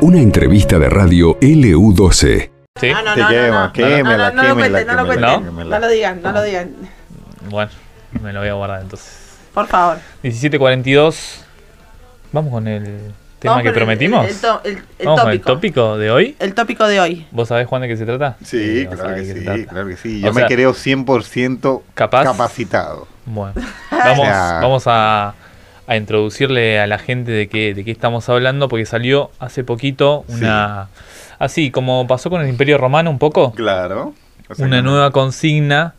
Una entrevista de radio LU12. Sí, Ah, no, Te no, no, Este quema, no. quémela, No, no, no lo quémela, cuenten, no lo quémela, cuenten. quémela. No lo digan, no lo digan. bueno, me lo voy a guardar entonces. Por favor. 17.42. Vamos con el tema Vamos que con el- prometimos. El, el to- el- el Vamos tópico. con el tópico de hoy. El tópico de hoy. ¿Vos sabés, Juan, de qué se trata? Eh, Sí, vos claro sabés de que qué sí, se trata. claro que sí. O Yo me sea, creo 100% capaz. capacitado. Bueno, vamos, O sea- vamos a, a introducirle a la gente de qué, de qué estamos hablando, porque salió hace poquito una. Así, como pasó con el Imperio Romano un poco, Claro. O sea, una que- nueva consigna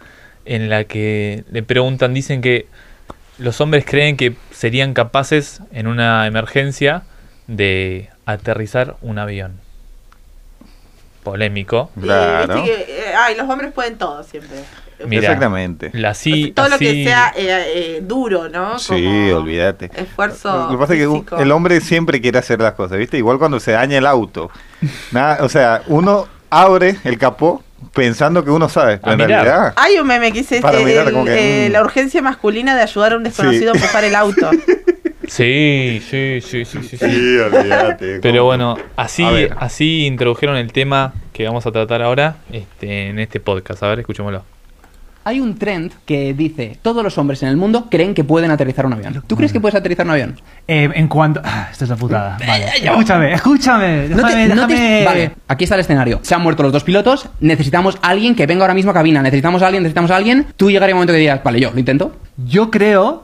en la que le preguntan, dicen que los hombres creen que serían capaces en una emergencia de aterrizar un avión. Polémico. Y, Claro. viste que, eh, ay, los hombres pueden todo siempre. Mira, Exactamente. La sí, todo lo así- que sea eh, eh, duro, ¿no? Sí, Como olvídate. Esfuerzo. Lo que pasa es que un- físico. el hombre siempre quiere hacer las cosas, ¿viste? Igual cuando se daña el auto. Nada, o sea, uno abre el capó pensando que uno sabe, pero A en mirar. realidad Hay un meme que dice Para eh, mirar el- como que, eh, mm. la urgencia masculina de ayudar a un desconocido a empujar el auto. Sí, sí, sí, sí, sí, sí. Sí, olvídate. Pero ¿cómo? bueno, así, A ver. así introdujeron el tema que vamos a tratar ahora este, en este podcast. A ver, escuchémoslo. Hay un trend que dice, todos los hombres en el mundo creen que pueden aterrizar un avión. ¿Tú crees que puedes aterrizar un avión? Eh, en cuanto. Ah, Esto es la putada. Vale. Eh, ya va. Escúchame, escúchame. No te- Déjame, no te- déjame. Vale, aquí está el escenario. Se han muerto los dos pilotos, necesitamos a alguien que venga ahora mismo a cabina, necesitamos a alguien, necesitamos a alguien. Tú llegaría un momento que digas, vale, yo lo intento. Yo creo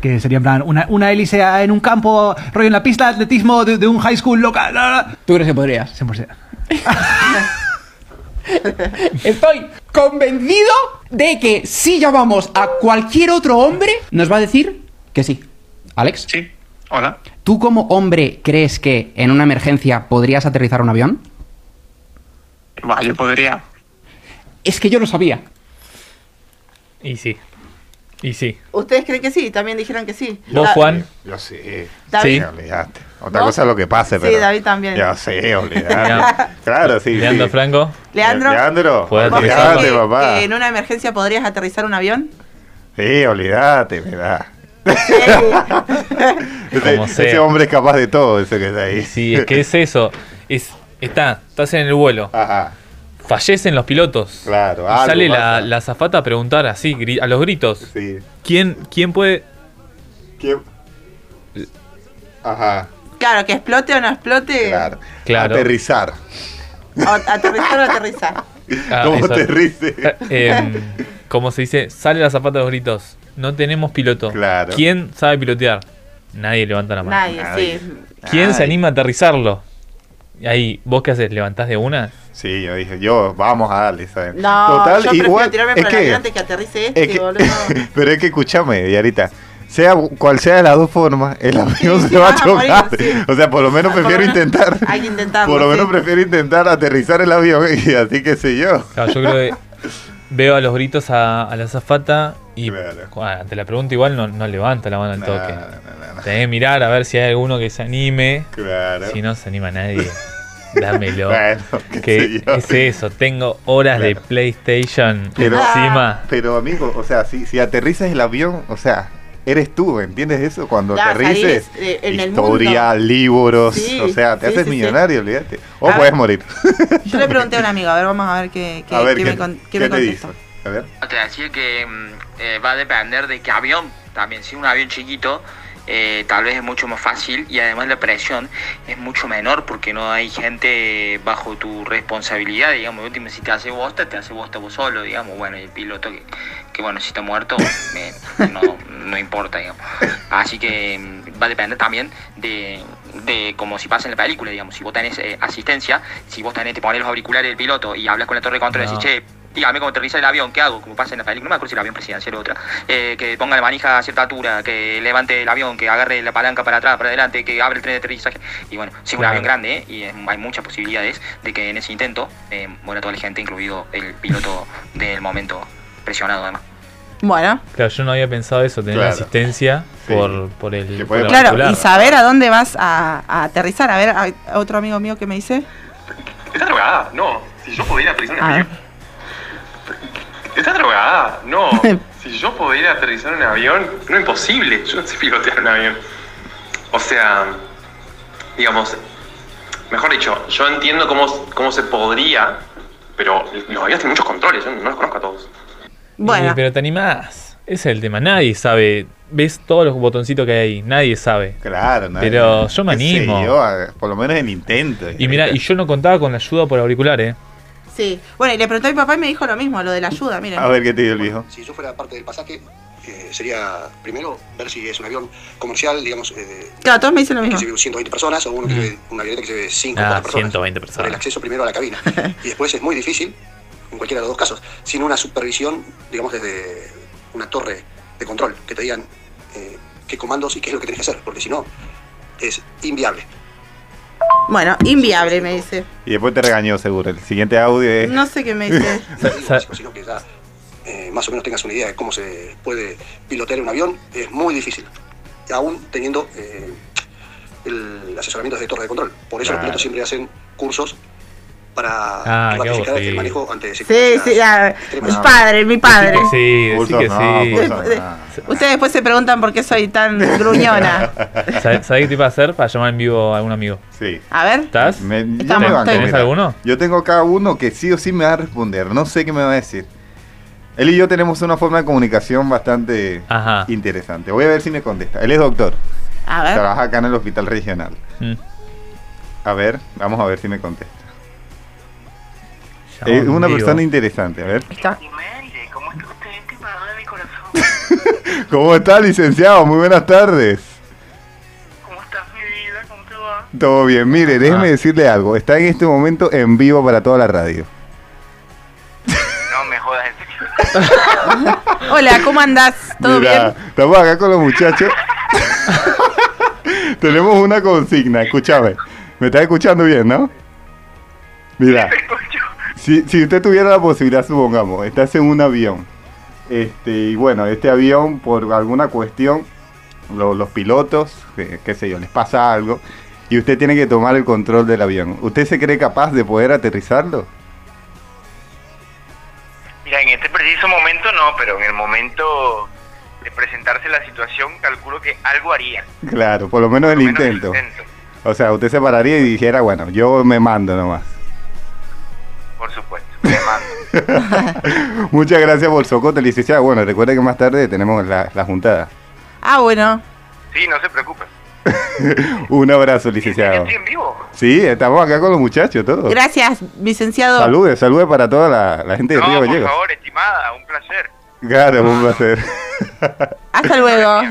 que sería en plan una, una hélice en un campo, rollo en la pista de atletismo de, de un high school local. la, la, la. ¿Tú crees que podrías? 100%. Estoy convencido de que si llamamos a cualquier otro hombre, nos va a decir que sí. Alex, Sí, hola. ¿tú como hombre crees que en una emergencia podrías aterrizar un avión? Va, yo podría. Es que yo lo sabía. Y sí. Y sí. ¿Ustedes creen que sí? También dijeron que sí. ¿Vos, Ah, Juan? Yo sí. David. Sí. Olvídate. Otra ¿Vos? cosa es lo que pase, Sí, pero. David también. Yo sí, olvídate. Mira. claro, sí. Leandro sí. Franco. Leandro, Leandro, Puede ¿vos crees aterrizar. olvídate, que- papá. que en una emergencia podrías aterrizar un avión? Sí, olvídate, ¿verdad? Ese, Como sea. ese hombre es capaz de todo, ese que está ahí. Y sí, es que es eso. Es, está, estás en el vuelo. Ajá. Fallecen los pilotos. Claro, Y algo sale la, pasa. la azafata a preguntar así, gri- a los gritos. Sí. ¿Quién, quién puede...? ¿Quién? Ajá. Claro, que explote o no explote. Claro. Claro. Aterrizar. O aterrizar o aterrizar. Ah, ¿Cómo eso. aterrice? Em, como se dice, sale la zapata a los gritos. No tenemos piloto. Claro. ¿Quién sabe pilotear? Nadie levanta la mano. Nadie, Nadie. sí. ¿Quién se Ay. anima a aterrizarlo? Y Ahí, ¿vos qué haces? ¿Levantás de una? Sí, yo dije, yo, vamos a darle, ¿sabes? No, yo prefiero tirarme para el avión antes que aterrice este, es que- boludo. pero es que escúchame, Yarita. Sea cual sea de las dos formas, el avión sí, se va a vas a morir, chocar. sí. Ah, O sea, por lo menos Por lo prefiero menos intentar. hay que intentarlo, Por lo menos sí. prefiero intentar aterrizar el avión. Y así que sé yo. Claro, yo creo que veo a los gritos a, a la zafata y Claro. ah, ante la pregunta igual no, no levanta la mano al No, toque. no, no, no. Tenés que mirar a ver si hay alguno que se anime. Claro. Si no se anima nadie, dámelo. Bueno, qué que sé yo. es eso, tengo horas de PlayStation Pero- encima. Pero amigo, o sea, si, si aterrizas el avión, o sea, eres tú, ¿entiendes eso? Cuando Ya, aterrices, salís, eh, en el historia, libros, Sí, o sea, te sí, haces sí, sí. millonario, olvídate. O A ver. puedes morir. Yo le pregunté a un amigo, a ver, vamos a ver qué, qué, a ver, qué ¿qué, me, con- qué qué me te contesta. dice? A ver. Te decía que mm, eh, va a depender de qué avión. También si un avión chiquito, eh, tal vez es mucho más fácil y además la presión es mucho menor porque no hay gente bajo tu responsabilidad, digamos. De última, si te hace bosta, te hace bosta vos solo, digamos. Bueno, y el piloto que, que, bueno, si está muerto, eh, no, no importa, digamos. Así que mm, va a depender también de, de como si pasa en la película, digamos. Si vos tenés eh, asistencia, si vos tenés, te pones los auriculares del piloto y hablas con la torre de control y No. decís, che, Dígame cómo aterriza el avión, ¿qué hago? Como pasa en la película, no me acuerdo si el avión presidencial o otra. Eh, que ponga la manija a cierta altura, que levante el avión, que agarre la palanca para atrás, para adelante, que abre el tren de aterrizaje. Y bueno, si es un Claro. avión grande, ¿eh? y es- hay muchas posibilidades de que en ese intento eh, muera toda la gente, incluido el piloto del momento presionado además. Bueno, Claro, yo no había pensado eso, tener Claro. asistesia Sí. por, por el. Que por puede la claro, auricular. y saber a dónde vas a, a aterrizar. A ver, a- a otro amigo mío que me dice. ¿Estás drogada? No. Si yo pudiera aterrizar Ah. un A ver. avión. ¿Estás drogada? No. Si yo pudiera aterrizar un avión, no es imposible. Yo no sé pilotear un avión. O sea, digamos, mejor dicho, yo entiendo cómo, cómo se podría, pero los aviones tienen muchos controles, yo no los conozco a todos. Bueno, Y, pero te animás. Ese es el tema. Nadie sabe. Ves todos los botoncitos que hay ahí. Nadie sabe. Claro, no, Pero yo me qué sé animo. yo, a- por lo menos el intento. Y mira, y yo no contaba con la ayuda por auricular, ¿eh? sí. Bueno, y le pregunté a mi papá y me dijo lo mismo, lo de la ayuda, miren. A ver qué te dio el viejo. Si yo fuera parte del pasaje, eh, sería primero ver si es un avión comercial, digamos, eh, Claro, todos me dicen lo mismo. que lleve 120 personas o uno que lleve una avioneta que lleve 5 Ah, personas. 120 Por el personas. acceso primero a la cabina. Y después es muy difícil, en cualquiera de los dos casos, sin una supervisión, digamos, desde una torre de control, que te digan eh, qué comandos y qué es lo que tenés que hacer, porque si no, es inviable. Bueno, inviable me dice. Y después te regañó seguro. El siguiente audio es... No sé qué me dice. No Sa- digo sa- básico, sino que ya eh, más o menos tengas una idea de cómo se puede pilotear un avión, es muy difícil, aún teniendo eh, el asesoramiento de torre de control. Por eso Claro. los pilotos siempre hacen cursos para Ah, qué ratificar el aburrido. manejo ante Sí, sí, circunstancias ah, mi extremas. padre, mi padre. Decí que sí, decí Cursos que no, sí. cursos no. Ustedes después se preguntan por qué soy tan gruñona. ¿Sabés sabés qué te iba a hacer? Para llamar en vivo a algún amigo. Sí. A ver. ¿Estás? Me- yo Estamos, me estoy- banco, ¿Tenés mira. alguno? Yo tengo cada uno que sí o sí me va a responder. No sé qué me va a decir. Él y yo tenemos una forma de comunicación bastante Ajá. interesante. Voy a ver si me contesta. Él es doctor. A ver. Trabaja acá en el hospital regional. Mm. A ver, vamos a ver si me contesta. Llamar Es en Eh, una vivo. persona interesante. A ver. Está. ¿cómo está usted? mi corazón. ¿Cómo está, licenciado? Muy buenas tardes. ¿Cómo estás, mi vida? ¿Cómo te va? Todo bien. Mire, déjeme Ah. decirle algo. Está en este momento en vivo para toda la radio. No me jodas, en serio. Hola, ¿cómo andás? ¿Todo Mira, bien? Estamos acá con los muchachos. Tenemos una consigna, escúchame. Me estás escuchando bien, ¿no? Mira, si, si usted tuviera la posibilidad, supongamos, estás en un avión. Este, y bueno, este avión, por alguna cuestión, lo- los pilotos, eh, qué sé yo, les pasa algo. Y usted tiene que tomar el control del avión. ¿Usted se cree capaz de poder aterrizarlo? Mira, en este preciso momento no, pero en el momento de presentarse la situación, calculo que algo haría. Claro, por lo menos el Por lo menos intento. O sea, usted se pararía y dijera, bueno, yo me mando nomás. Por supuesto, me mando. Muchas gracias por Socote, licenciado. Bueno, recuerda que más tarde tenemos la, la juntada. Ah, bueno. Sí, no se preocupen. Un abrazo, Yo licenciado. estoy en vivo. Sí, estamos acá con los muchachos, todos. Gracias, licenciado. Saludes, saludes para toda la, la gente de No, Río por Gallegos. favor, estimada, un placer. Claro, un placer. Hasta luego.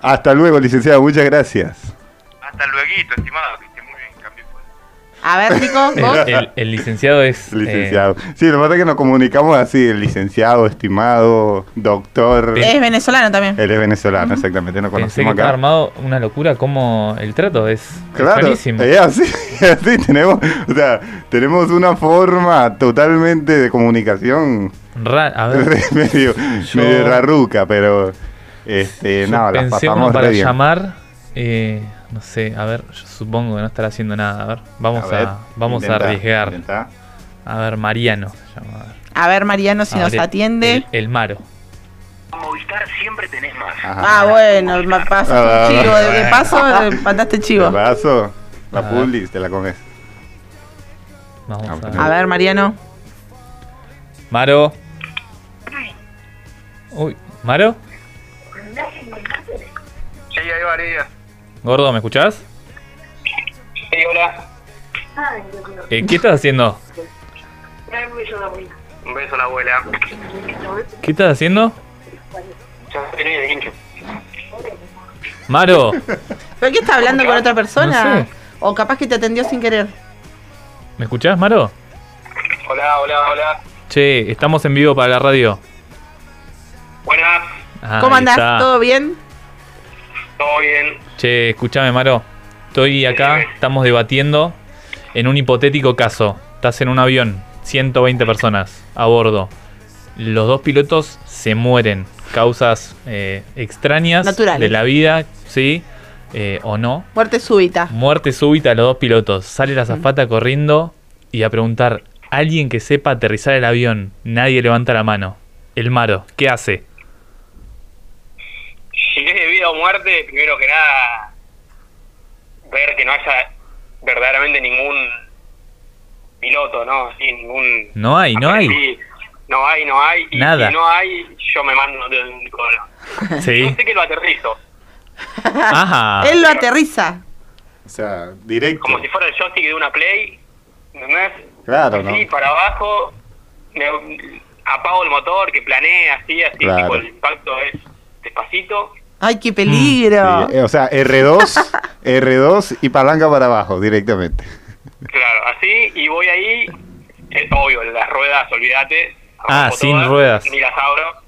Hasta luego, licenciado. Muchas gracias. Hasta luego, estimado, que esté muy bien, cambio y fuera. A ver, Nico, El, vos. el- el licenciado es. eh, Licenciado. Sí, lo que pasa es que nos comunicamos así, el licenciado, estimado, doctor. Es venezolano también. Él es venezolano, exactamente, nos pensé que conocemos estaba acá. armado una locura como el trato es. es Claro, eh. rarísimo. es así, es así tenemos, o sea, tenemos una forma totalmente de comunicación Ra- a ver. medio, Yo- medio rarruca, pero este, yo no, la pensé uno pasamos para re bien. llamar. eh, no sé, a ver, yo supongo que no estará haciendo nada. A ver, vamos a, ver, vamos intenta, a arriesgar. intenta. A ver, Mariano se llama. a ver. A ver, Mariano, si nos Abre atiende. El, el Maro. Movistar siempre tenés más. Ajá. Ah, bueno, me paso Ah, un chivo. ah, De de paso, eh, mandaste Te chivo. paso A la ver. publis, te la comes. Vamos Ah, a ver. bueno. A ver, Mariano. Maro. Uy, ¿Maro? Sí, ahí va, ahí va. Gordo, ¿me escuchás? Sí, hola. Eh, ¿Qué estás haciendo? Un beso a la abuela. ¿Qué estás haciendo? Ya estoy de hincho. Maro, ¿Pero qué está hablando con otra persona? No sé. O capaz que te atendió sin querer. ¿me escuchás, Maro? Hola, hola, hola. Che, estamos en vivo para la radio. Buenas, Ah, ¿Cómo ahí andás? está. ¿Todo bien? todo bien. Che, escúchame, Maro. Estoy acá, Dime. estamos debatiendo en un hipotético caso. Estás en un avión, 120 personas a bordo. Los dos pilotos se mueren. Causas eh, extrañas Naturales. de la vida, ¿sí? Eh, o no. Muerte súbita. Muerte súbita a los dos pilotos. Sale Mm. la zafata corriendo y a preguntar: ¿alguien que sepa aterrizar el avión? Nadie levanta la mano. El Maro, ¿qué hace? Si es de vida o muerte, primero que nada, ver que no haya verdaderamente ningún piloto, ¿no? Así, ningún... No hay, no hay. Sí, no hay, no hay. Y Nada. si no hay, yo me mando de un cono. Sí. No sé que lo aterrizo, Ajá. Él lo aterriza. O sea, directo. como si fuera el joystick de una Play, ¿entendés? Claro, ¿no? Así, para abajo, me- apago el motor, que planee, así, así, Claro. tipo, el impacto es despacito. Ay, qué peligro. Sí, eh, o sea, R2, R2 y palanca para abajo directamente. Claro, así, y voy ahí, es obvio, las ruedas, olvídate. Ah, rompo sin todas, ruedas. Ni las abro.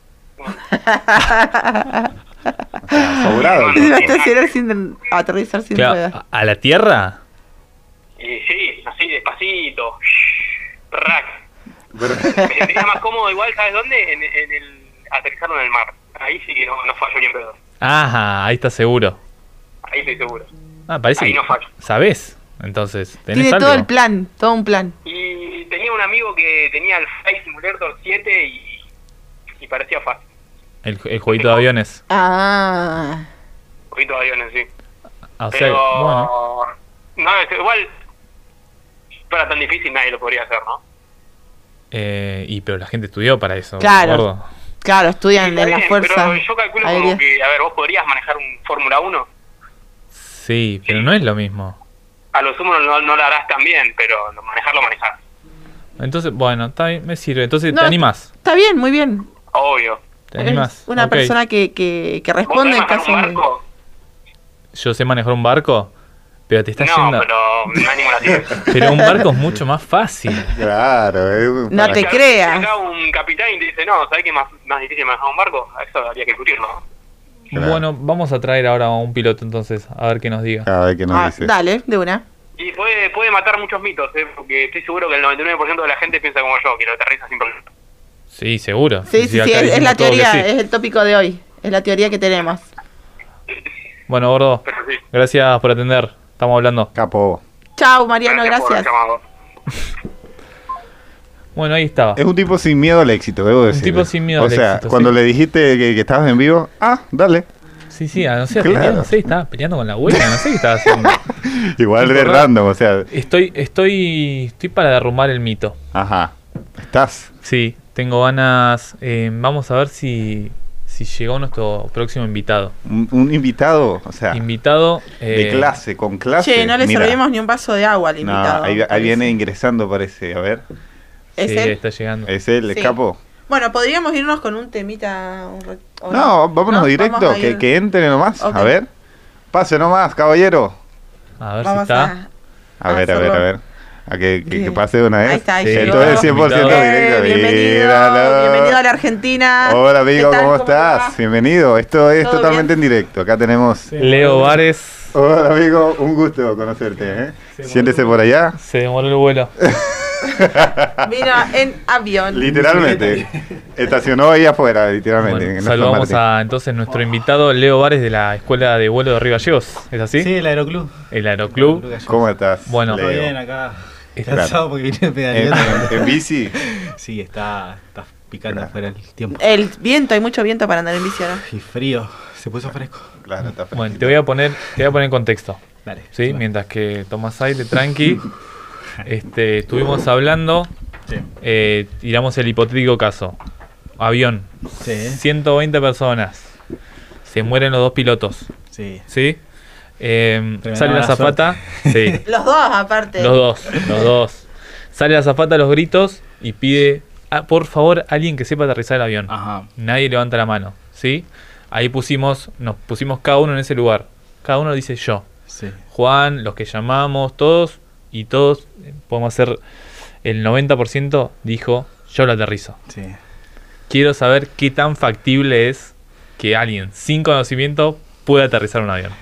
Sobrado. Sí, Va a estacionar sin aterrizar sin Claro, ah, ruedas. ¿A a la tierra? Y sí, así, despacito. Rack. Pero- Me sentiría más cómodo igual, ¿sabes dónde? En, en el aterrizaron en el mar. Ahí sí que no, no fallo ni en pedo. Ajá, ahí está seguro. Ahí estoy seguro. Ah, parece Ahí que no fallo. sabes. Entonces, ¿tenés Tiene algo? todo el plan, todo un plan. Y tenía un amigo que tenía el Flight Simulator 7 y, y parecía fácil. El, el jueguito de aviones. Ah. Un poquito de aviones, sí. Ah, o sea, Pero... bueno. No, es que igual... Para tan difícil nadie lo podría hacer, ¿no? Eh, y pero la gente estudió para eso. Claro. gordo. Claro, estudian Está en la bien, fuerza. Pero yo calculo aérea. como que, a ver, vos podrías manejar un Fórmula 1. Sí, pero no es lo mismo. A lo sumo no, no lo harás tan bien, pero manejarlo, manejar. Entonces, bueno, está bien, me sirve. Entonces, No, ¿te animás? Está bien, muy bien. Obvio. ¿Te Eres animás? una Ok. persona que, que, que ¿Vos responde en sabés caso manejar un de. barco? Yo sé manejar un barco, pero te estás no, yendo. pero no hay ninguna ciencia. Pero un barco es mucho más fácil. Claro, es un- No te Acá- creas. Acá un capitán y te dice, no, ¿sabes qué es más, más difícil manejar un barco? A Eso habría que discutirlo. ¿no? Claro. Bueno, vamos a traer ahora a un piloto entonces, a ver qué nos diga. A ver qué nos Ah, dice. dale, de una. Y puede, puede matar muchos mitos, ¿eh? porque estoy seguro que el 99% de la gente piensa como yo, que lo aterriza sin problema. Sí, seguro. Sí, sí, sí, acá es, es la decimos todo que teoría, sí. es el tópico de hoy. Es la teoría que tenemos. Bueno, gordo, Pero sí. gracias por atender. Estamos hablando. Capo. Chao, Mariano, por gracias. el llamado. Bueno, ahí estaba. Es un tipo sin miedo al éxito, debo decir. tipo sin miedo o al sea, éxito, cuando sí. le dijiste que, que estabas en vivo, ah, dale. Sí, sí, ah, no sé, Claro. peleando, no sé, estaba peleando con la abuela, no sé qué estaba haciendo. Igual de Tipo, random, o sea, Estoy, estoy, estoy para derrumbar el mito. ajá. Estás. Sí, tengo ganas. eh, vamos a ver si, si llegó nuestro próximo invitado. Un, un invitado, o sea, Invitado. eh, Ah. de clase, con clase. Che, no le mira. servimos ni un vaso de agua al No, invitado. ahí, ahí parece. viene ingresando, parece. A ver, ¿Es sí, él? está llegando. ¿es él, Sí. capo? Bueno, podríamos irnos con un temita. un re- o No, vámonos No, directo, vamos a que, ir- que entre nomás. Ok. A ver, pase nomás, caballero. A ver si Vamos está. a. A Ah, ver, a ver, solo- a ver. A que, que- que Bien. pase de una vez. Ahí está, ahí Sí, llegó. Entonces, 100% Eh, directo. bienvenido, Míralo. bienvenido a la Argentina. Hola, amigo, ¿Qué tal? ¿cómo te estás? va? Bienvenido. Esto es ¿Todo totalmente en directo. Acá tenemos. Leo Vares Hola, amigo, un gusto conocerte. ¿eh? Siéntese por allá. se demoró el vuelo. Vino en avión. Literalmente. Estacionó ahí afuera, literalmente. Bueno, en San saludamos Martín. a entonces nuestro invitado Leo Vares de la Escuela de Vuelo de Río Gallegos. ¿Es así? Sí, el aeroclub. El Aeroclub. ¿Cómo estás? Bueno. Leo? Todo bien acá. Está- Cansado porque vine ¿En, pedaleando. en bici? Sí, está, está picando afuera el tiempo. El viento, hay mucho viento para andar en bici, ¿no? Y frío, se puso fresco. Claro, está Bueno, te voy a poner, te voy a poner en contexto. Dale. ¿sí? Mientras que tomas aire tranqui, este, estuvimos hablando, Sí. eh, tiramos el hipotético caso. Avión, Sí, ¿eh? 120 personas, se mueren los dos pilotos, sí. ¿sí? Eh, Tremenda sale la mala zafata, sí, Los dos, aparte. los dos, los dos. Sale la zafata a los gritos y pide, "Ah, por favor, alguien que sepa aterrizar el avión. Ajá. Nadie levanta la mano, ¿sí? Ahí pusimos, nos pusimos cada uno en ese lugar. Cada uno dice yo. Sí. Juan, los que llamamos, todos, y todos, eh, podemos hacer el 90% dijo, yo lo aterrizo. Sí. Quiero saber qué tan factible es que alguien sin conocimiento pueda aterrizar un avión.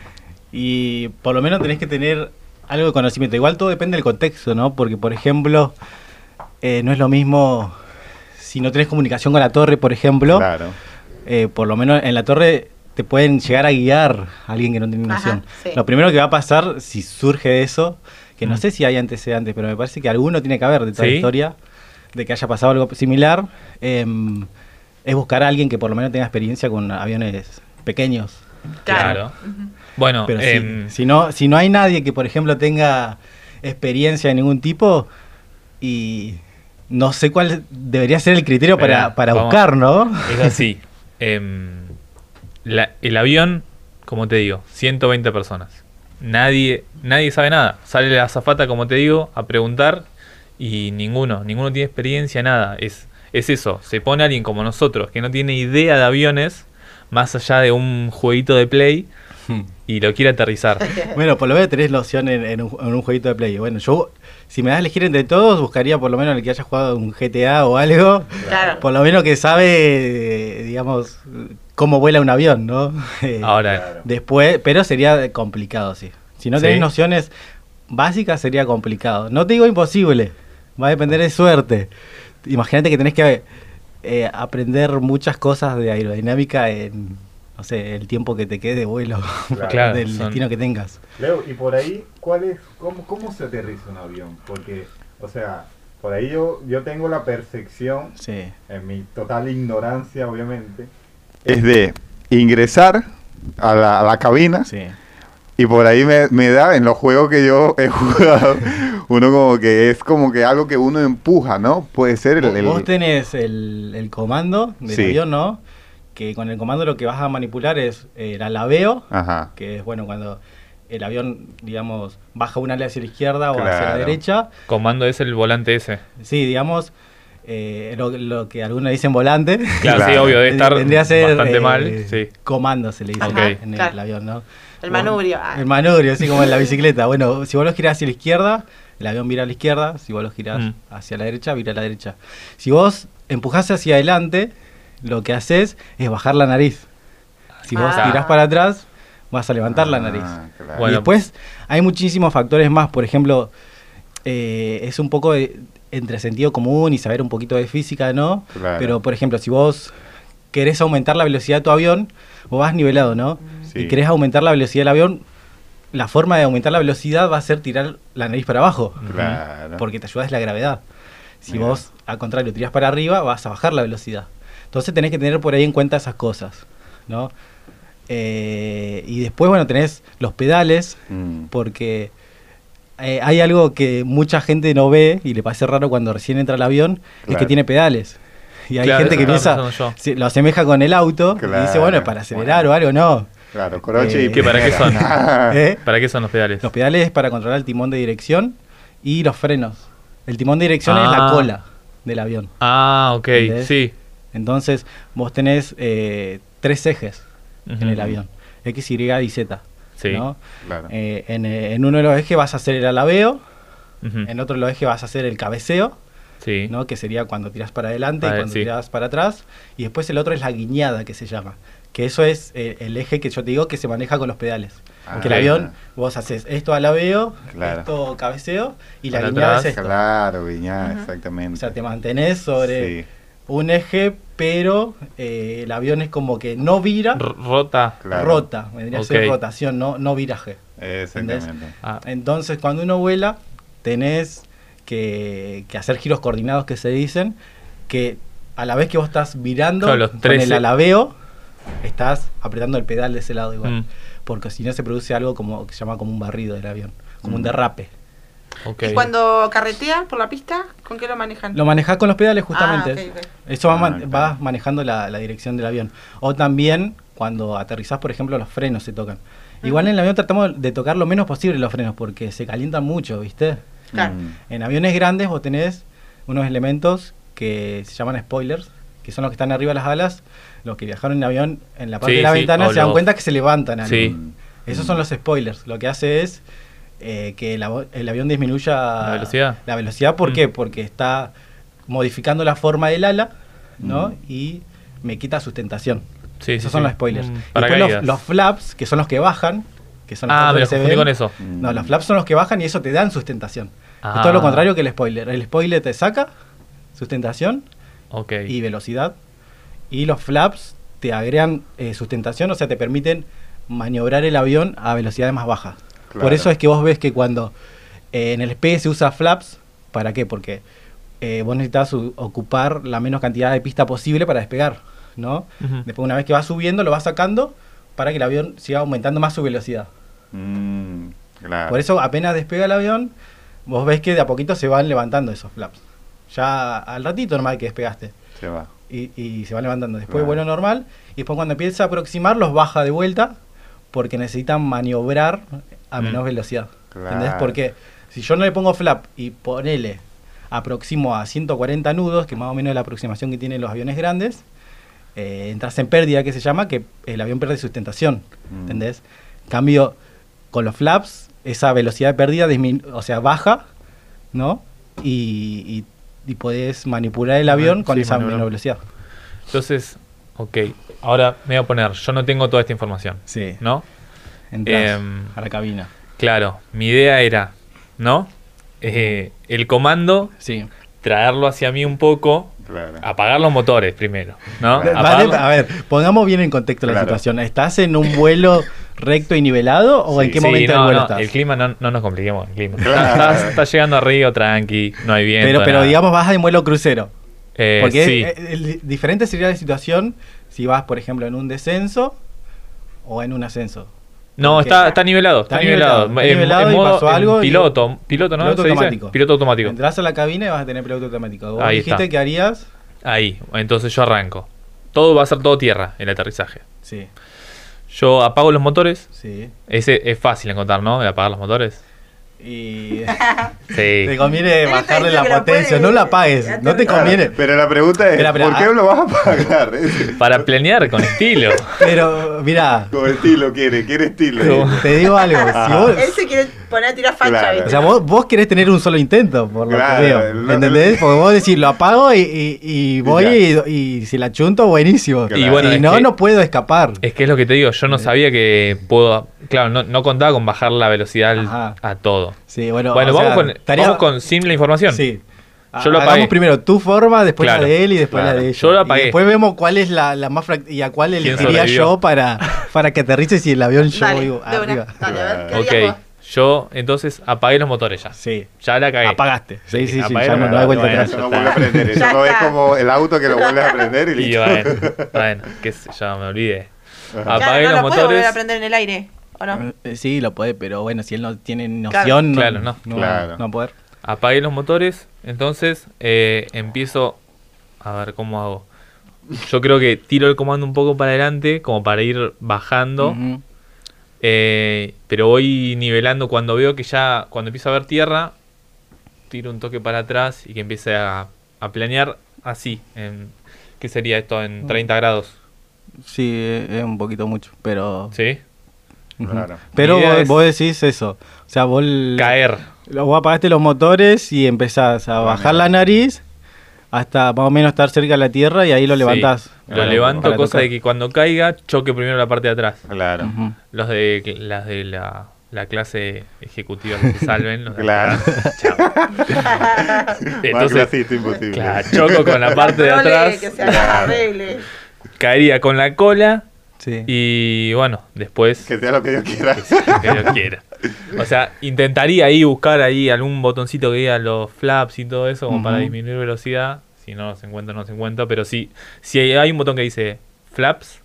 Y por lo menos tenés que tener algo de conocimiento. Igual todo depende del contexto, ¿no? Porque, por ejemplo, eh, no es lo mismo si no tenés comunicación con la torre, por ejemplo. Claro. eh, por lo menos en la torre te pueden llegar a guiar a alguien que no tiene Ajá, noción. sí. Lo primero que va a pasar si surge eso, que no sé si hay antecedentes, pero me parece que alguno tiene que haber de toda Mm. Sí. la historia, de que haya pasado algo similar, em, es buscar a alguien que por lo menos tenga experiencia con aviones pequeños. Claro. Bueno, Pero sí, em, si, no, si no hay nadie que, por ejemplo, tenga experiencia de ningún tipo y no sé cuál debería ser el criterio para, Espera, para vamos. buscar, ¿no? Es así. Em, la- el avión, como te digo, 120 personas. Nadie, nadie sabe nada. Sale la azafata, como te digo, a preguntar y ninguno, ninguno tiene experiencia, nada. Es, es eso. Se pone alguien como nosotros, que no tiene idea de aviones, más allá de un jueguito de play, y lo quiere aterrizar. Bueno, por lo menos tenés la opción en, en un, en un jueguito de Play. Bueno, yo, si me das a elegir entre todos, buscaría por lo menos el que haya jugado un GTA o algo. Claro. Por lo menos que sabe, eh, digamos, cómo vuela un avión, ¿no? Eh, Ahora, Después, pero sería complicado, sí. Si no tenés Sí. nociones básicas, sería complicado. No te digo imposible, va a depender de suerte. Imagínate que tenés que eh, aprender muchas cosas de aerodinámica en, no sé, el tiempo que te quede de vuelo, Claro, del son- destino que tengas. Leo, y por ahí, ¿cuál es, cómo, cómo se aterriza un avión? Porque, o sea, por ahí yo, yo tengo la percepción, Sí. en mi total ignorancia, obviamente, es de ingresar a la, a la cabina Sí. y por ahí me, me da, en los juegos que yo he jugado, uno como que es como que algo que uno empuja, ¿no? Puede ser el... el- Vos tenés el, el comando del Sí. avión, ¿no? Que con el comando lo que vas a manipular es eh, el alaveo, Ajá. que es bueno cuando el avión, digamos, baja un ala hacia la izquierda o hacia la Claro. derecha. comando es el volante ese. Sí, digamos, eh, lo, lo que algunos dicen volante. Claro, sí, Claro. obvio, debe estar Vendría a ser, bastante eh, mal. Sí. Comando se le dice Ok. en el Claro. avión, ¿no? El Bueno, manubrio. ah. El manubrio, así como en la bicicleta. Bueno, si vos lo girás hacia la izquierda, el avión vira a la izquierda. Si vos lo girás Mm. hacia la derecha, vira a la derecha. Si vos empujás hacia adelante, lo que haces es bajar la nariz. Si vos Ah. tirás para atrás, vas a levantar la nariz. Ah, claro. Bueno. Y después hay muchísimos factores más. Por ejemplo, eh, es un poco de- entre sentido común y saber un poquito de física, ¿no? Claro. Pero, por ejemplo, si vos querés aumentar la velocidad de tu avión, vos vas nivelado, ¿no? Sí. Y querés aumentar la velocidad del avión, la forma de aumentar la velocidad va a ser tirar la nariz para abajo. Claro. Porque te ayuda es la gravedad. Si Mira. vos, al contrario, tirás para arriba, vas a bajar la velocidad. Entonces tenés que tener por ahí en cuenta esas cosas, ¿no? Eh, y después, bueno, tenés los pedales, Mm. porque eh, hay algo que mucha gente no ve y le parece raro cuando recién entra al avión, es que Claro. tiene pedales. Y hay Claro, gente que eso estaba piensa, pensando yo. se- lo asemeja con el auto y dice, Claro, bueno, es para acelerar bueno. o algo, no. Claro, Ah, croche Eh, y ¿Qué, para qué son? primera. ¿Eh? ¿Para qué son los pedales? Los pedales es para controlar el timón de dirección y los frenos. El timón de dirección es la Ah. cola del avión. Ah, ok, ¿Entendés? sí. Entonces, vos tenés eh, tres ejes en el Ujú. avión: X, Y y Z. Sí. ¿no? Claro. Eh, en, eh, en uno de los ejes vas a hacer el alabeo, Ujú. en otro de los ejes vas a hacer el cabeceo, Mm. Sí. ¿no? que sería cuando tiras para adelante Vale, y cuando sí. tiras para atrás. Y después el otro es la guiñada, que se llama. Que eso es eh, el eje que yo te digo que se maneja con los pedales. Ah. que el avión, vos haces esto alaveo, Claro. esto cabeceo y la Para guiñada atrás. es esto. Claro, Viñá, exactamente. O sea, te mantenés sobre Sí, un eje, pero eh, el avión es como que no vira, R- Rota. claro. rota. Vendría a Ok. ser rotación, no, no viraje. Exactamente. Mm, Ah, Eh, Entonces, cuando uno vuela, tenés que, que hacer giros coordinados que se dicen, que a la vez que vos estás virando Claro, los con el 13. alabeo, estás apretando el pedal de ese lado igual. Mm. Porque si no se produce algo como que se llama como un barrido del avión, como un Mm. derrape. ok. ¿Y cuando carretea por la pista, con qué lo manejan? Lo manejás con los pedales justamente. Ah, ok, ok. Eso va, Ah, man- claro. va manejando la, la dirección del avión. O también cuando aterrizás, por ejemplo, los frenos se tocan. Igual en el avión tratamos de tocar lo menos posible los frenos porque se calientan mucho, ¿viste? Claro. Mm. En aviones grandes vos tenés unos elementos que se llaman spoilers, que son los que están arriba de las alas. Los que viajaron en avión en la parte Sí, de la sí, ventana o se dan los- cuenta que se levantan. algo. Sí. mm, Esos son los spoilers. Lo que hace es eh, que el, avo- el avión disminuya La velocidad. La velocidad, ¿por Mm. qué? Porque está modificando la forma del ala, ¿no? Mm. Y me quita sustentación. Sí, Esos sí, son sí. los spoilers. Mm, Y después paracaídas. los, los flaps, que son los que bajan, que son los Ah, otros me que los se confundí ven. con eso. Mm. No, los flaps son los que bajan y eso te dan sustentación. Ah. Es todo lo contrario que el spoiler. El spoiler te saca sustentación Ok. y velocidad. Y los flaps te agregan eh, sustentación, o sea, te permiten maniobrar el avión a velocidades más bajas. Por Claro. eso es que vos ves que cuando eh, en el PE se usa flaps, ¿para qué? Porque eh, vos necesitas u- ocupar la menos cantidad de pista posible para despegar, ¿no? Ujú. Después una vez que vas subiendo, lo vas sacando para que el avión siga aumentando más su velocidad. Mm, claro. Por eso apenas despega el avión, vos ves que de a poquito se van levantando esos flaps. Ya al ratito normal que despegaste. Se va. Y, y se van levantando. Después Claro. vuelo normal. Y después cuando empieza a aproximar los baja de vuelta porque necesitan maniobrar a Mm. menos velocidad. ¿Entendés? Claro. Porque si yo no le pongo flap y ponele aproximo a 140 nudos, que más o menos es la aproximación que tienen los aviones grandes, eh, entras en pérdida, que se llama, que el avión pierde sustentación. Mm. ¿Entendés? Cambio con los flaps, esa velocidad de pérdida, disminu- o sea, baja, ¿no? Y, y, y podés manipular el avión Ah, con sí, esa maniobrar. menor velocidad. Entonces, ok. Ahora me voy a poner, yo no tengo toda esta información, Sí. ¿no? Entras Em, a la cabina. Claro, mi idea era, ¿no? Eh, el comando, Sí. traerlo hacia mí un poco, Claro. apagar los motores primero, ¿no? Vale, Apagar los- a ver, pongamos bien en contexto la Claro. situación. ¿Estás en un vuelo recto y nivelado o en Sí. qué Sí, momento no, del vuelo no, estás? El clima no, no nos compliquemos. El clima. Claro. Estás- Estás, llegando a Río tranqui, no hay viento. pero, pero nada. digamos, vas en vuelo crucero. Eh, Porque sí, es- es- es- diferente sería la situación si vas, por ejemplo, en un descenso o en un ascenso. no, porque- está, está nivelado. Está, Está nivelado. nivelado, En- está nivelado en y modo- pasó en algo y- Piloto, piloto, ¿no? piloto ¿Se dice? automático. Piloto automático. Entras a la cabina y vas a tener piloto automático. Vos Ahí dijiste está. que harías. Ahí, entonces yo arranco. Todo va a ser todo tierra, el aterrizaje. Sí, Yo apago los motores. sí. Ese es fácil encontrar, ¿no? El apagar los motores. Y te Sí. conviene está bajarle diciendo la que la potencia. puede- No la apagues. Ya No te terminó. conviene. Pero la pregunta es, Ah, Espera, espera, ¿por qué ah. lo vas a pagar? Ese- Para planear con estilo. Pero, mira, Con estilo quiere, quiere estilo. Como- te digo algo. Si vos, Ah. Él se quiere poner a tirar facha, Claro. O ¿viste? sea, vos, vos querés tener un solo intento, por lo Claro, que veo. no- ¿Entendés? Porque vos decís, lo apago y, y- y voy ya. y, y si la chunto, buenísimo. Claro. Y Y bueno, si es no, que- no puedo escapar. Es que es lo que te digo, yo no sabía que puedo. Claro, no, no contaba con bajar la velocidad al- Ajá. a todo. Sí, bueno, bueno, o sea, vamos, con, tarea- vamos con simple información. Sí. Yo lo Hagamos apagué. primero tu forma, después Claro, la de él y después claro. la de ella. Yo lo Y apagué. después vemos cuál es la, la más frac- y a cuál ¿Quién elegiría sobrevivió? yo para, para que aterrice si el avión yo Dale, voy de una. arriba. Dale, a ver, ¿qué Ok, harías vos? yo entonces apagué los motores ya. Sí. Ya la cagué. Apagaste. Sí, sí, sí. apagué la ya no, no verdad, hay vuelta bueno, atrás. Eso ya no está. vuelve a aprender. Eso Ya no es está. como el auto que lo vuelves a aprender y Y listo. bueno, bueno, qué sé, ya me olvidé. Ajá. Claro, Apagué no los lo puedo volver a motores. aprender en el aire, ¿o no? Eh, Sí, lo puede, pero bueno, si él no tiene noción, Claro. no, Claro, no. Claro. no va a poder. Apagué los motores, entonces eh, empiezo. A ver, ¿cómo hago? Yo creo que tiro el comando un poco para adelante, como para ir bajando. Ujú. Eh, pero voy nivelando cuando veo que ya, cuando empiezo a ver tierra, tiro un toque para atrás y que empiece a, a planear así. En, ¿Qué sería esto? En 30 grados. Sí, eh, es un poquito mucho, pero. ¿Sí? Ujú. Claro. Pero Mi idea vos, es- vos decís eso. O sea, vos, l- Caer. lo- vos apagaste los motores y empezás Ah, a bajar la nariz hasta más o menos estar cerca de la tierra y ahí lo Sí, levantás. Lo para- levanto, para cosa tocar. de que cuando caiga, choque primero la parte de atrás. Claro. Ujú. Los de las de la, la clase ejecutiva que se salven. los de Claro. atrás. Chao. Más Entonces, clasista imposible. claro, choco con la parte de No le- atrás, que se arregle. caería con la cola Sí. y bueno, después Que sea lo que Dios quiera. que Dios quiera. O sea, intentaría ahí buscar ahí algún botoncito que diga los flaps y todo eso, como para Ujú. disminuir velocidad. Si no se encuentra, no se encuentra. Pero sí, si hay, hay un botón que dice flaps,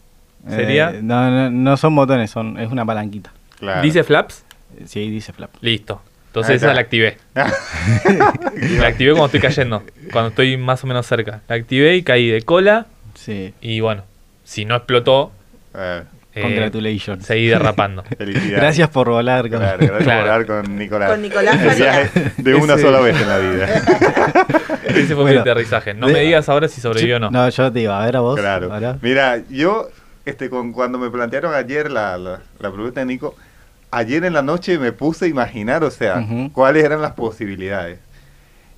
Eh, sería. no, no, no son botones, son, es una palanquita. Claro. ¿Dice flaps? Sí, dice flap. Listo. Ahí Entonces está. esa la activé. la activé cuando estoy cayendo, cuando estoy más o menos cerca. La activé y caí de cola. Sí. Y bueno, si no explotó, Eh, eh, Congratulations. seguí derrapando. felicidades. Gracias por volar. con- Claro, gracias Claro. por hablar con Nicolás. Con Nicolás El viaje de una Ese- sola vez en la vida. Ese fue mi Bueno, aterrizaje. No de- me digas ahora si sobrevivió o no. No, yo te digo, a ver a vos. Claro. ahora. Mira, yo, este, con, cuando me plantearon ayer la, la, la pregunta de Nico, ayer en la noche me puse a imaginar, o sea, Ujú. cuáles eran las posibilidades.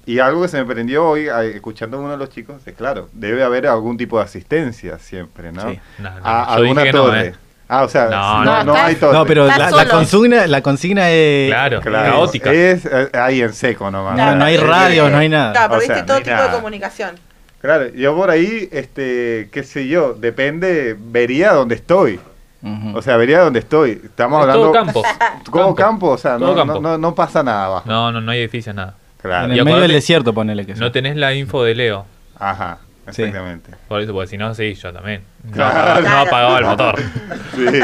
Y algo que se me prendió hoy, a- escuchando a uno de los chicos, es claro, debe haber algún tipo de asistencia siempre, ¿no? Sí. No, no, A, yo alguna dije que no, torre. ¿eh? Ah, o sea, No, no, no, no, está- hay torre. No, pero Estás la, la solo. consigna, la consigna es. Claro, Claro, caótica. Es eh, ahí en seco nomás. Eh, No, no hay Claro. radio, no hay nada. Claro, perdiste O sea, todo no hay tipo de nada. comunicación. Claro, yo por ahí, este, qué sé yo, depende, vería dónde estoy. Ujú. O sea, vería dónde estoy. Estamos Es todo hablando. campo. Como campo, o sea, Todo no, campo. no- no- no pasa nada abajo. No, no, no hay edificios, nada. Claro. en el Y medio del acordate- desierto, ponele que sea. No tenés la info de Leo. Ajá. Exactamente. Por eso, porque si no, sí, yo también. No, Claro. no apagaba el motor. Sí.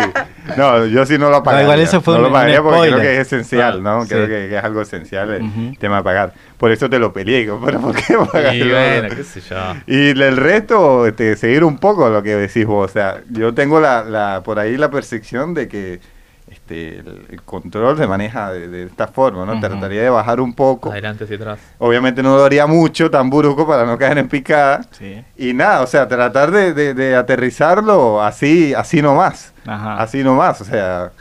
No, yo sí no lo pagaría. No, igual eso fue No un- lo pagaría un porque creo spoiler. que es esencial, Claro, ¿no? sí. Creo que, que es algo esencial el Ujú. tema de pagar. Por eso te lo peleé. digo, Pero ¿por qué pagar? Y bueno, qué sé yo. Y el resto, este, seguir un poco lo que decís vos. O sea, yo tengo la, la- por ahí la percepción de que este, el el control se maneja de, de esta forma, ¿no? Ujú. Trataría de bajar un poco. Adelante hacia atrás. Obviamente no lo haría mucho, tan brusco, para no caer en picada. Sí. Y nada, o sea, tratar de, de- de aterrizarlo así, así nomás. Ah. Ajá. Así nomás, o sea,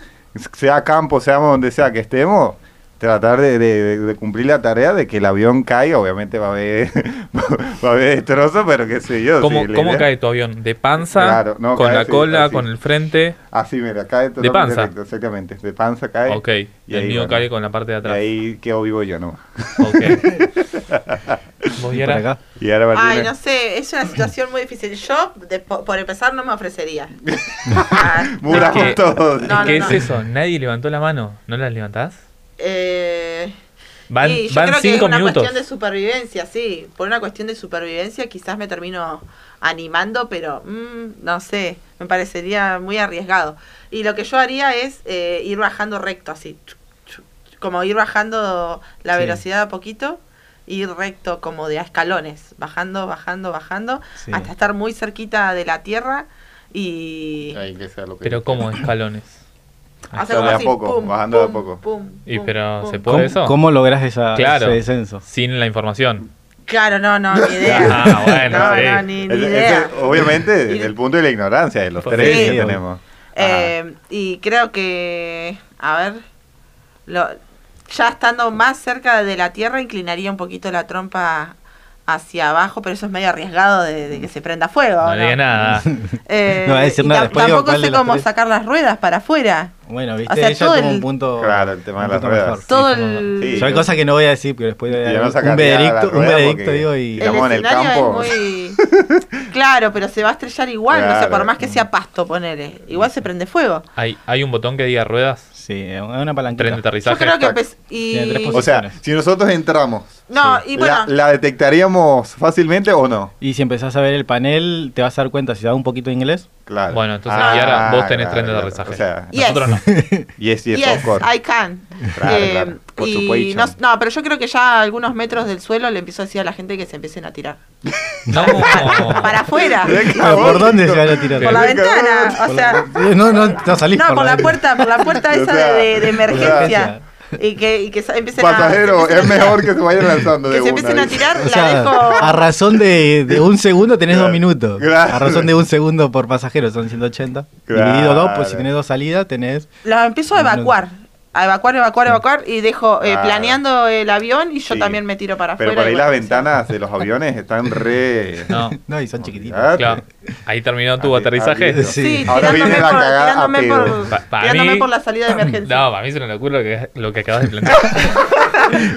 sea campo, seamos donde sea que estemos, tratar de, de- de- de cumplir la tarea de que el avión caiga, obviamente va a haber, va a haber destrozos, pero qué sé yo. ¿Cómo, sí, la cómo idea- cae tu avión? ¿De panza? Claro, no, ¿Con cae la así, cola? así. ¿Con el frente? Así, mira, cae totalmente panza. recto, exactamente, de panza cae. Ok. Y el mío bueno, cae con la parte de Y atrás. ahí quedo vivo yo nomás. Ok. ¿Vos Y y para ahora? acá. Y ahora Ay, Martina, no sé, es una situación muy difícil. Yo, de- po- por empezar, no me ofrecería. Ah, muramos Es que- todos. No, no, ¿Qué es no. eso? ¿Nadie levantó la mano? ¿No la levantás? eh, Van, y yo van creo que es cinco una minutos. cuestión de supervivencia, sí. Por una cuestión de supervivencia quizás me termino animando, pero mm, no sé, me parecería muy arriesgado. Y lo que yo haría es eh, ir bajando recto, así, chu, chu, chu, como ir bajando la Sí. velocidad a poquito, ir recto como de a escalones, bajando, bajando, bajando, Sí. hasta estar muy cerquita de la tierra y... Ay, que sea lo que- Pero ¿cómo? Escalones. Ah, Hacer de a poco, bajando de a poco. pum, Y pum, pero pum. se puede. ¿Cómo, eso? cómo logras esa, Claro. ese descenso? Sin la información. Claro, no, no, ni idea. Ah, bueno, no, sí. no, ni, ni Es- es- idea. obviamente, desde el punto de la ignorancia de los Pues tres sí. que tenemos. Eh, y creo que, a ver, lo, ya estando más cerca de la tierra, inclinaría un poquito la trompa hacia abajo, pero eso es medio arriesgado de, de que se prenda fuego. No ¿no? le diga nada. Eh, No va a decir y nada, tam- después digo tampoco cuál de sé las cómo tres. sacar las ruedas para afuera. Bueno, viste, O sea, ella todo tuvo el- un punto. Claro, el tema de un las punto ruedas. mejor, sí, Todo como- el... Sí, Yo hay cosas que no voy a decir porque después Y yo de no un sacaría la veredicto, un rueda veredicto porque- digo y El- Digamos, en escenario campo. es muy... claro, pero se va a estrellar igual, no sé, Claro. por más que sea pasto, ponele. Igual se prende fuego. ¿Hay, hay un botón que diga ruedas. sí, es una Tren de palanquita. Yo aterrizaje. creo que... Tac. empez- y- Tiene tres O sea, si nosotros entramos, No, y bueno... ¿la, la detectaríamos fácilmente o no? Y si empezás a ver el panel, te vas a dar cuenta si da un poquito de inglés. Claro. Ah, Bueno, entonces, y ahora vos tenés tren de aterrizaje. O sea, Yes. Nosotros no. yes, yes, Yes, of course. I can. Claro, Eh, claro. Por y supuesto. no, no, pero yo creo que ya a algunos metros del suelo le empiezo a decir a la gente que se empiecen a tirar. No. Para afuera. Pero ¿Por dónde se van a tirar? Por Por la ventana. O sea, No, no, no salís no, por la puerta, por la puerta O esa sea, de, de- de emergencia. emergencia. Y que, y que sa- empiecen Pasajero, a. que se es empiecen a- mejor que se vayan lanzando de Que se una, empiecen a ¿viste? tirar, O sea, la dejo. a razón de, de un segundo tenés Claro. dos minutos. Claro. A razón de un segundo por pasajero son 180. Claro. Dividido dos, pues si tenés dos salidas tenés... La empiezo a evacuar. A evacuar, evacuar, evacuar. Y dejo eh, Claro. planeando el avión y yo Sí. también me tiro para afuera. Pero por y ahí bueno, las sí. ventanas de los aviones están re... No, No, y son chiquititos. Ah, claro. Ahí terminó tu Así, aterrizaje. así. Sí, Ahora viene tirándome la por- cagada a tirándome pedo. por- Pa- para tirándome mí- por la salida de emergencia. No, para mí es una locura lo que, lo que acabas de plantear.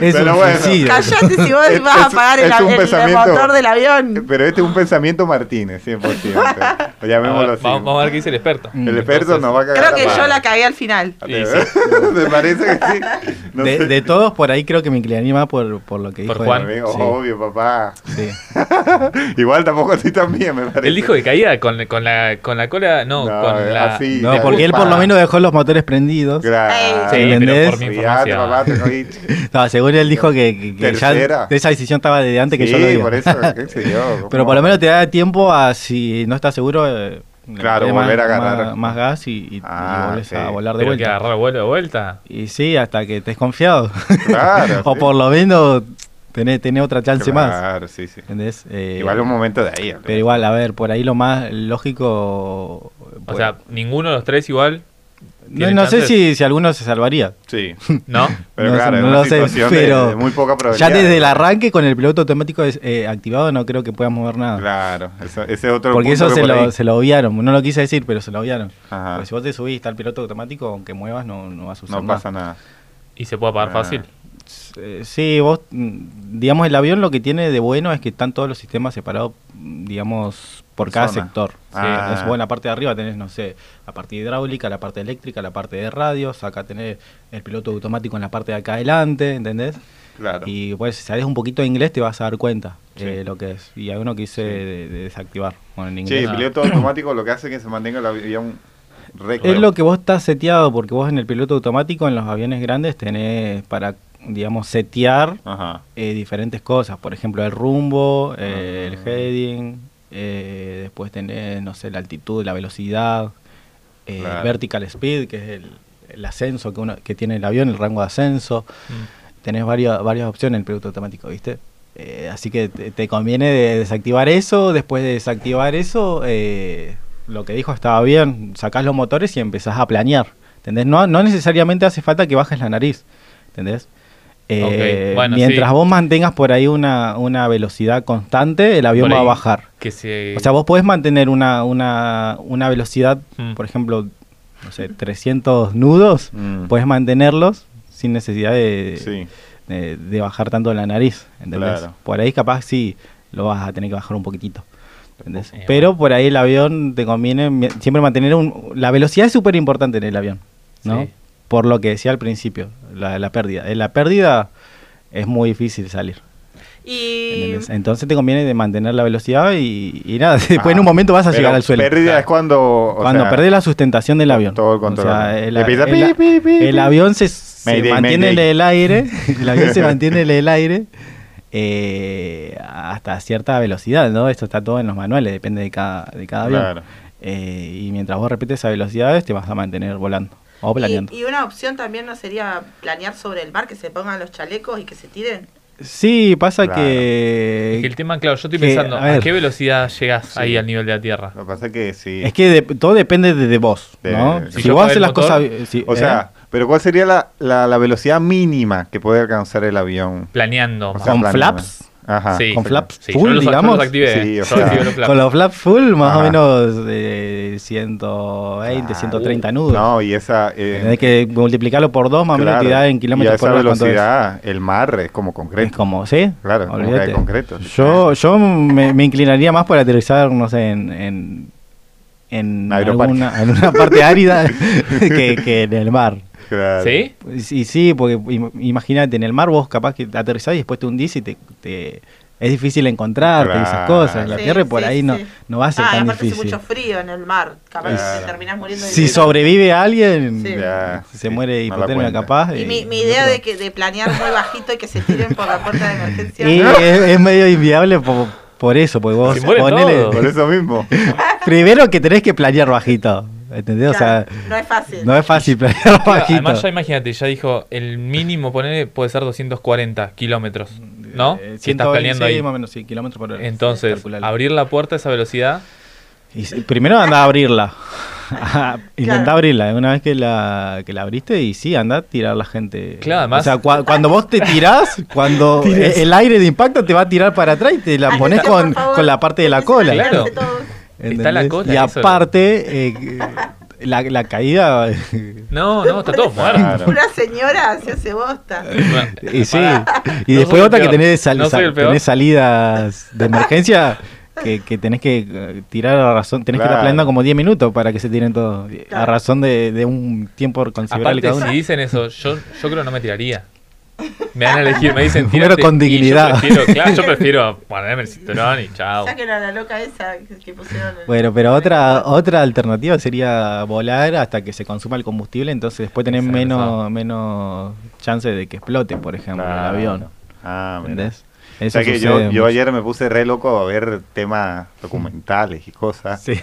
Es Pero un bueno. suicidio. Callate si vos Es- vas a es- apagar el, es un el- el pensamiento- motor del avión. Pero este es un pensamiento Martínez, 100%. O A llamémoslo ver, así. vamos, vamos a ver qué dice el experto. El experto Entonces, nos va a cagar Creo que yo pala. la cagué al final. Y ¿Te parece que sí? No de, sé. de todos, por ahí creo que me inclinaría más por, por lo que Por dijo Juan. él. Amigo, Sí, Obvio, papá. sí. Igual tampoco así también, me parece. Él dijo que caía con, con, la, con la cola, no, No, con la... así. No, porque él por lo menos dejó los motores prendidos. Claro. Sí, pero ¿Entendés? por mi Cuidate, información. papá, te cogí. No, según él dijo que, que- que ya Tercera. de esa decisión estaba desde antes que yo lo Sí, diga. por eso, qué sé yo. Pero por lo menos te da tiempo a si no estás seguro. eh, Claro, le volver a más- agarrar. Más, más gas y, y- y Ah, volvés sí. a volar de Pero que vuelta. agarrar vuelo de vuelta. Y sí, hasta que estés confiado. Claro, o sí. por lo menos tenés, tenés otra chance más. Claro, sí, sí. ¿Entendés? Eh, Igual un momento de ahí. Pero igual, a ver, por ahí lo más lógico. O bueno, sea, ninguno de los tres igual, no, ¿tiene no sé chances? si, si alguno se salvaría. Sí. ¿no? Pero No sé, claro, es no una lo sé, situación de- pero de muy poca probabilidad. Ya desde el arranque con el piloto automático es- eh, activado no creo que puedas mover nada. Claro, eso- ese es otro Ah. Porque punto eso que se por ahí- lo, se lo obviaron. No lo quise decir, pero se lo obviaron. Ajá. Porque si vos te subís, está el piloto automático, aunque muevas, no, no va a suceder. No pasa nada. Y se puede apagar Ah. fácil. Eh, sí, vos, mm, digamos, el avión lo que tiene de bueno es que están todos los sistemas separados, mm, digamos, por cada Zona. sector. Ah. Entonces, vos en la parte de arriba tenés, no sé, la parte hidráulica, la parte eléctrica, la parte de radios, acá tenés el piloto automático en la parte de acá adelante, ¿entendés? Claro. Y pues si sabes un poquito de inglés te vas a dar cuenta de lo que es. Y a uno quise de- de desactivar con el Sí, inglés. el piloto automático lo que hace es que se mantenga el avión recto. Es lo que vos estás seteado, porque vos en el piloto automático, en los aviones grandes, tenés para, digamos, setear Ajá. eh, diferentes cosas. Por ejemplo, el rumbo, eh, Ah. el heading, eh, después tenés, no sé, la altitud, la velocidad, eh, Claro. el vertical speed, que es el, el ascenso que, uno, que tiene el avión, el rango de ascenso. Mm. Tenés varias, varias opciones en el piloto automático, ¿viste? Eh, así que te, te conviene de- desactivar eso, después de desactivar eso, eh, lo que dijo estaba bien, sacás los motores y empezás a planear, ¿entendés? No, no necesariamente hace falta que bajes la nariz, ¿entendés? Eh, Ok, bueno, mientras sí. vos mantengas por ahí una, una velocidad constante, el avión Por va a ahí, bajar. Que se... O sea, vos podés mantener una, una, una velocidad, Mm. por ejemplo, no sé, 300 nudos, Mm. podés mantenerlos sin necesidad de, Sí. de, eh, de bajar tanto la nariz, ¿entendés? Claro. Por ahí capaz sí lo vas a tener que bajar un poquitito. ¿entendés? Eh, Pero por ahí el avión te conviene mi- siempre mantener un... La velocidad es súper importante en el avión, ¿no? Sí. Por lo que decía al principio, la, la pérdida. En la pérdida es muy difícil salir. Y ¿entendés? Entonces te conviene de mantener la velocidad y, y nada, después en un Ah, momento vas a pero llegar al suelo. Pérdida es cuando. o Cuando sea, perdés la sustentación del avión. todo el control. O sea, el, Le pisa, el- pi, pi, pi, el pi. avión se, se Mayday, mantiene en mayday. el aire. El avión se mantiene en el aire eh, hasta cierta velocidad, ¿no? Esto está todo en los manuales, depende de cada, de cada avión. Claro. Eh, y mientras vos repites esas velocidades, te vas a mantener volando o planeando. Y, y una opción también no sería planear sobre el mar, que se pongan los chalecos y que se tiren. Sí, pasa Claro. que. Es que el tema, claro, yo estoy eh, que, pensando, a a, ver. qué velocidad llegás Sí. ahí al nivel de la Tierra? Lo que pasa es que sí. es que de- todo depende de, de vos, De- ¿no? Si Si, yo apago vos haces el las motor, cosas... bi- si- o ¿eh? sea, pero ¿cuál sería la, la, la velocidad mínima que puede alcanzar el avión? Planeando. O más. sea, ¿Con planeando. flaps? Ajá. Sí. con flaps Sí, full, yo los, yo los digamos. activé, Sí, yo o sea, activé los flaps. Con los flaps full, más Ajá. Ah, o menos eh, 120, 130 nudos. uh, No, y esa. eh, Tenés que multiplicarlo por dos, más o menos la claro, actividad y en a kilómetros esa por hora. ¿cuánto es? velocidad, el mar es como Es concreto. como, ¿sí? Claro, como que hay Olvídate. concreto. Yo, yo me, me inclinaría más por aterrizar, no sé, en. en en, Aeroparque. alguna, en una parte árida que, que en el mar. Claro. ¿Sí? Y sí, porque im- imagínate, en el mar vos capaz que aterrizás y después te hundís y te, te- es difícil encontrarte y esas Claro. cosas. En la Sí, tierra por sí, ahí no, sí. no va a ser ah, y tan aparte difícil. hace mucho frío en el mar. Capaz Claro. te terminás muriendo de Si frío. sobrevive alguien, Sí. Ya, se sí, muere no la hipotermia cuenta. capaz. Y eh, mi, mi el idea otro- de, que, de planear muy bajito y que se tiren por la puerta de emergencia. Y es, es medio inviable por, por eso, porque vos Se muere ponele- todo. Por eso mismo. primero que tenés que planear bajito, ¿entendés? O sea, Claro, no es fácil. no es fácil planear Claro, bajito. Además, ya imagínate, ya dijo, el mínimo poner puede ser 240 kilómetros, ¿no? Eh, si estás 126 planeando ahí. más o menos, sí, kilómetros por hora. Entonces, Calculale. abrir la puerta a esa velocidad, Y si- primero anda a abrirla. Ajá, Intenta Claro. abrirla. ¿eh? Una vez que la, que la abriste, y sí, anda a tirar la gente. Claro, además- O sea, cua- cuando vos te tirás, cuando Tiras. e- el aire de impacto te va a tirar para atrás y te la Ay, pones por con, favor, con la parte de la empiecen a cola. Claro. tirarse todos. Está la cola, Y eso. aparte, eh, eh, la, la caída. y no, no, está todo muerto. Claro. Una señora se hace bosta. Bueno, sí. pará. Y No soy después el otra que peor. tenés, sal- No soy el sal- peor. tenés salidas de emergencia. Que, que tenés que eh, tirar a razón, tenés que Claro. estar planeando como 10 minutos para que se tiren todos, a Claro. razón de, de un tiempo considerable Aparte, cada uno. si dicen eso, yo, yo creo que no me tiraría. Me dan a elegir, me dicen Primero tírate", con y yo dignidad. prefiero- claro, yo prefiero ponerme el cinturón y chao. Saquen a la loca esa que que pusieron. en- Bueno, pero Ah, otra otra alternativa sería volar hasta que se consuma el combustible, entonces después tenés Esa, menos, menos chance de que explote, por ejemplo, Claro. el avión. Ah, mira. ¿Entendés? O Eso sea que sucede yo, yo mucho. ayer me puse re loco a ver temas documentales y cosas. Sí.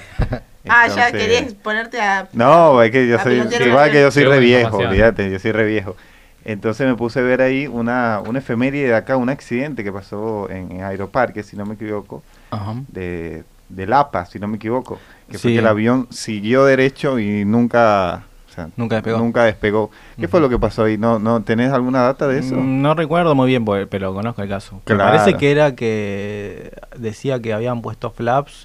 ah, ya Entonces- querés ponerte a. No, es que yo Ah, soy. pero no tiene Igual razón. que yo soy Pero re buena viejo, información. olvídate, yo soy re viejo. Entonces me puse a ver ahí una, una efeméride de acá, un accidente que pasó en, en Aeroparque, si no me equivoco, Ajá. de, de Lapa, si no me equivoco. Que fue Sí. que el avión siguió derecho y nunca. o sea, Nunca despegó. Nunca despegó. ¿Qué fue lo que pasó ahí? ¿No, no ¿Tenés alguna data de eso? Mm, No recuerdo muy bien, por- pero conozco el caso. Me Claro. parece que era que decía que habían puesto flaps,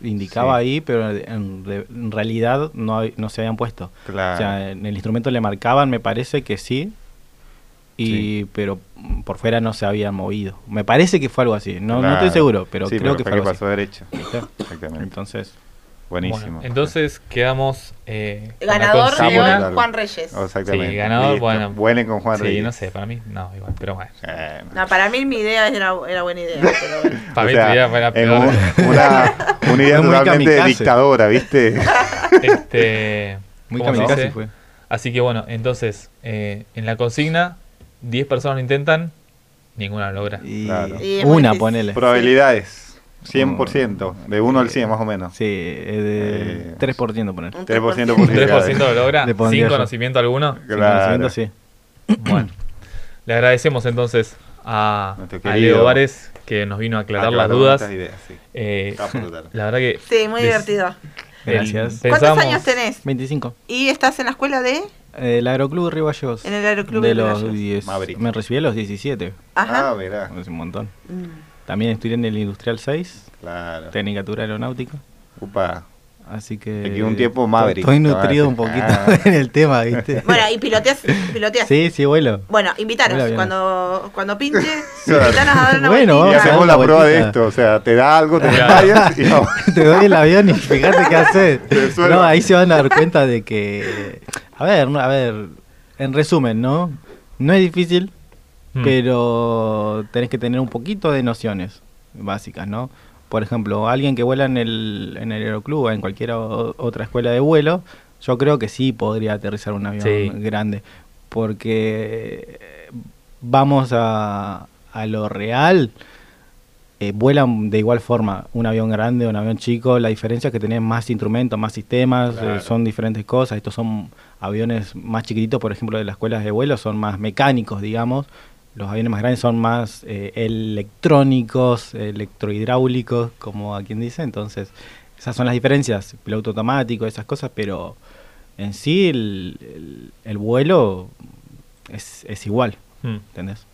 Sí. indicaba ahí, pero en, re- en realidad no, hab- no se habían puesto. Claro. O sea, en el instrumento le marcaban, me parece que sí. Y, Sí. pero mm, por fuera no se habían movido. Me parece que fue algo así. No, no estoy Claro. seguro, pero Sí, creo que fue fue algo pasó derecho. así. ¿Viste? Exactamente. Entonces, Buenísimo. Bueno, entonces quedamos. eh, con la Ganador consigna. de Ah, hoy, Juan Reyes. Exactamente. Sí, ganador, Listo. bueno. Vuelen con Juan sí, Reyes. no sé, para mí no, igual, pero bueno. No, para mí mi idea era, era buena idea. pero bueno. Para O mí sea, tu idea fuera en peor. un- una, una idea Fue muy totalmente kamikaze. dictadora, ¿viste? Este, Muy ¿cómo se kamikaze dice? fue. Así que bueno, entonces, eh, en la consigna, 10 personas lo intentan, ninguna lo logra. Y Claro. Y es muy una, difícil. ponele. Probabilidades. 100%. De 1 al 100 más o menos. Sí, es de Eh, 3% poner. Un 3% de 3% lo logra, Le pondría sin yo. conocimiento alguno. Claro. sí. Bueno, le agradecemos entonces a, Nuestro a querido- Leo Vares que nos vino a aclarar las dudas. estas Ah, ideas, sí. Eh, Capo total. la verdad que Sí, muy des- divertido. el- Gracias. pensamos- ¿Cuántos años tenés? 25. ¿Y estás en la escuela de? Eh, El Aeroclub de Río Gallegos. En el Aeroclub de de Río los Gallegos. 10. Maverick. Me recibí a los 17. Ajá. Ah, verá. Es un montón. Mm. También estudié en el Industrial 6, Claro. Tecnicatura Aeronáutica. Upa. Así que. Te quedó un tiempo Maverick, Estoy nutrido chaval. un poquito Ah. en el tema, ¿viste? Bueno, y piloteas. piloteas. sí, sí, vuelo. Bueno, invitaros. Hola, bien. cuando, cuando pinche, Claro. invitanos a dar una Bueno, Y vueltita. vamos a dar hacemos una la prueba de vueltita. esto. O sea, te da algo, te Claro. desmayas y vamos. Te doy el avión y fíjate qué haces. suena. No, ahí se van a dar cuenta de que. A ver, no, a ver. En resumen, ¿no? No es difícil, Mm. pero tenés que tener un poquito de nociones básicas, ¿no? Por ejemplo, alguien que vuela en el, en el aeroclub o en cualquier o- otra escuela de vuelo, yo creo que sí podría aterrizar un avión Sí. grande, porque eh, vamos a, a lo real, eh, vuelan de igual forma un avión grande o un avión chico, la diferencia es que tenés más instrumentos, más sistemas, eh, Claro. son diferentes cosas, estos son aviones más chiquititos, por ejemplo, de las escuelas de vuelo, son más mecánicos, digamos, los aviones más grandes son más eh, electrónicos, electrohidráulicos, como a quien dice, entonces esas son las diferencias, piloto automático, esas cosas, pero en sí el, el- el vuelo es, es igual, Mm. ¿entendés?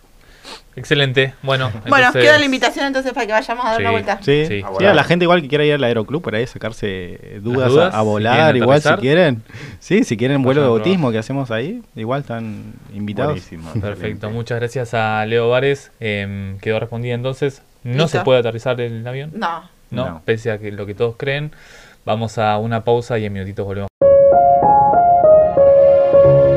Excelente. Bueno, Bueno, entonces- queda la invitación entonces para que vayamos a dar Sí. una vuelta. Sí, Sí. sí. Ah, bueno. a la gente igual que quiera ir al aeroclub por ahí sacarse dudas, dudas, a, a si volar, quieren igual si aterrizar. quieren. Sí, si quieren vuelo de Vayan a probar. bautismo que hacemos ahí, igual están invitados. Buenísimo. Perfecto, excelente. muchas gracias a Leo Vares. Em, quedó respondida entonces. No Listo. se puede aterrizar el avión, No. ¿no? No. Pese a que lo que todos creen. Vamos a una pausa y en minutitos volvemos.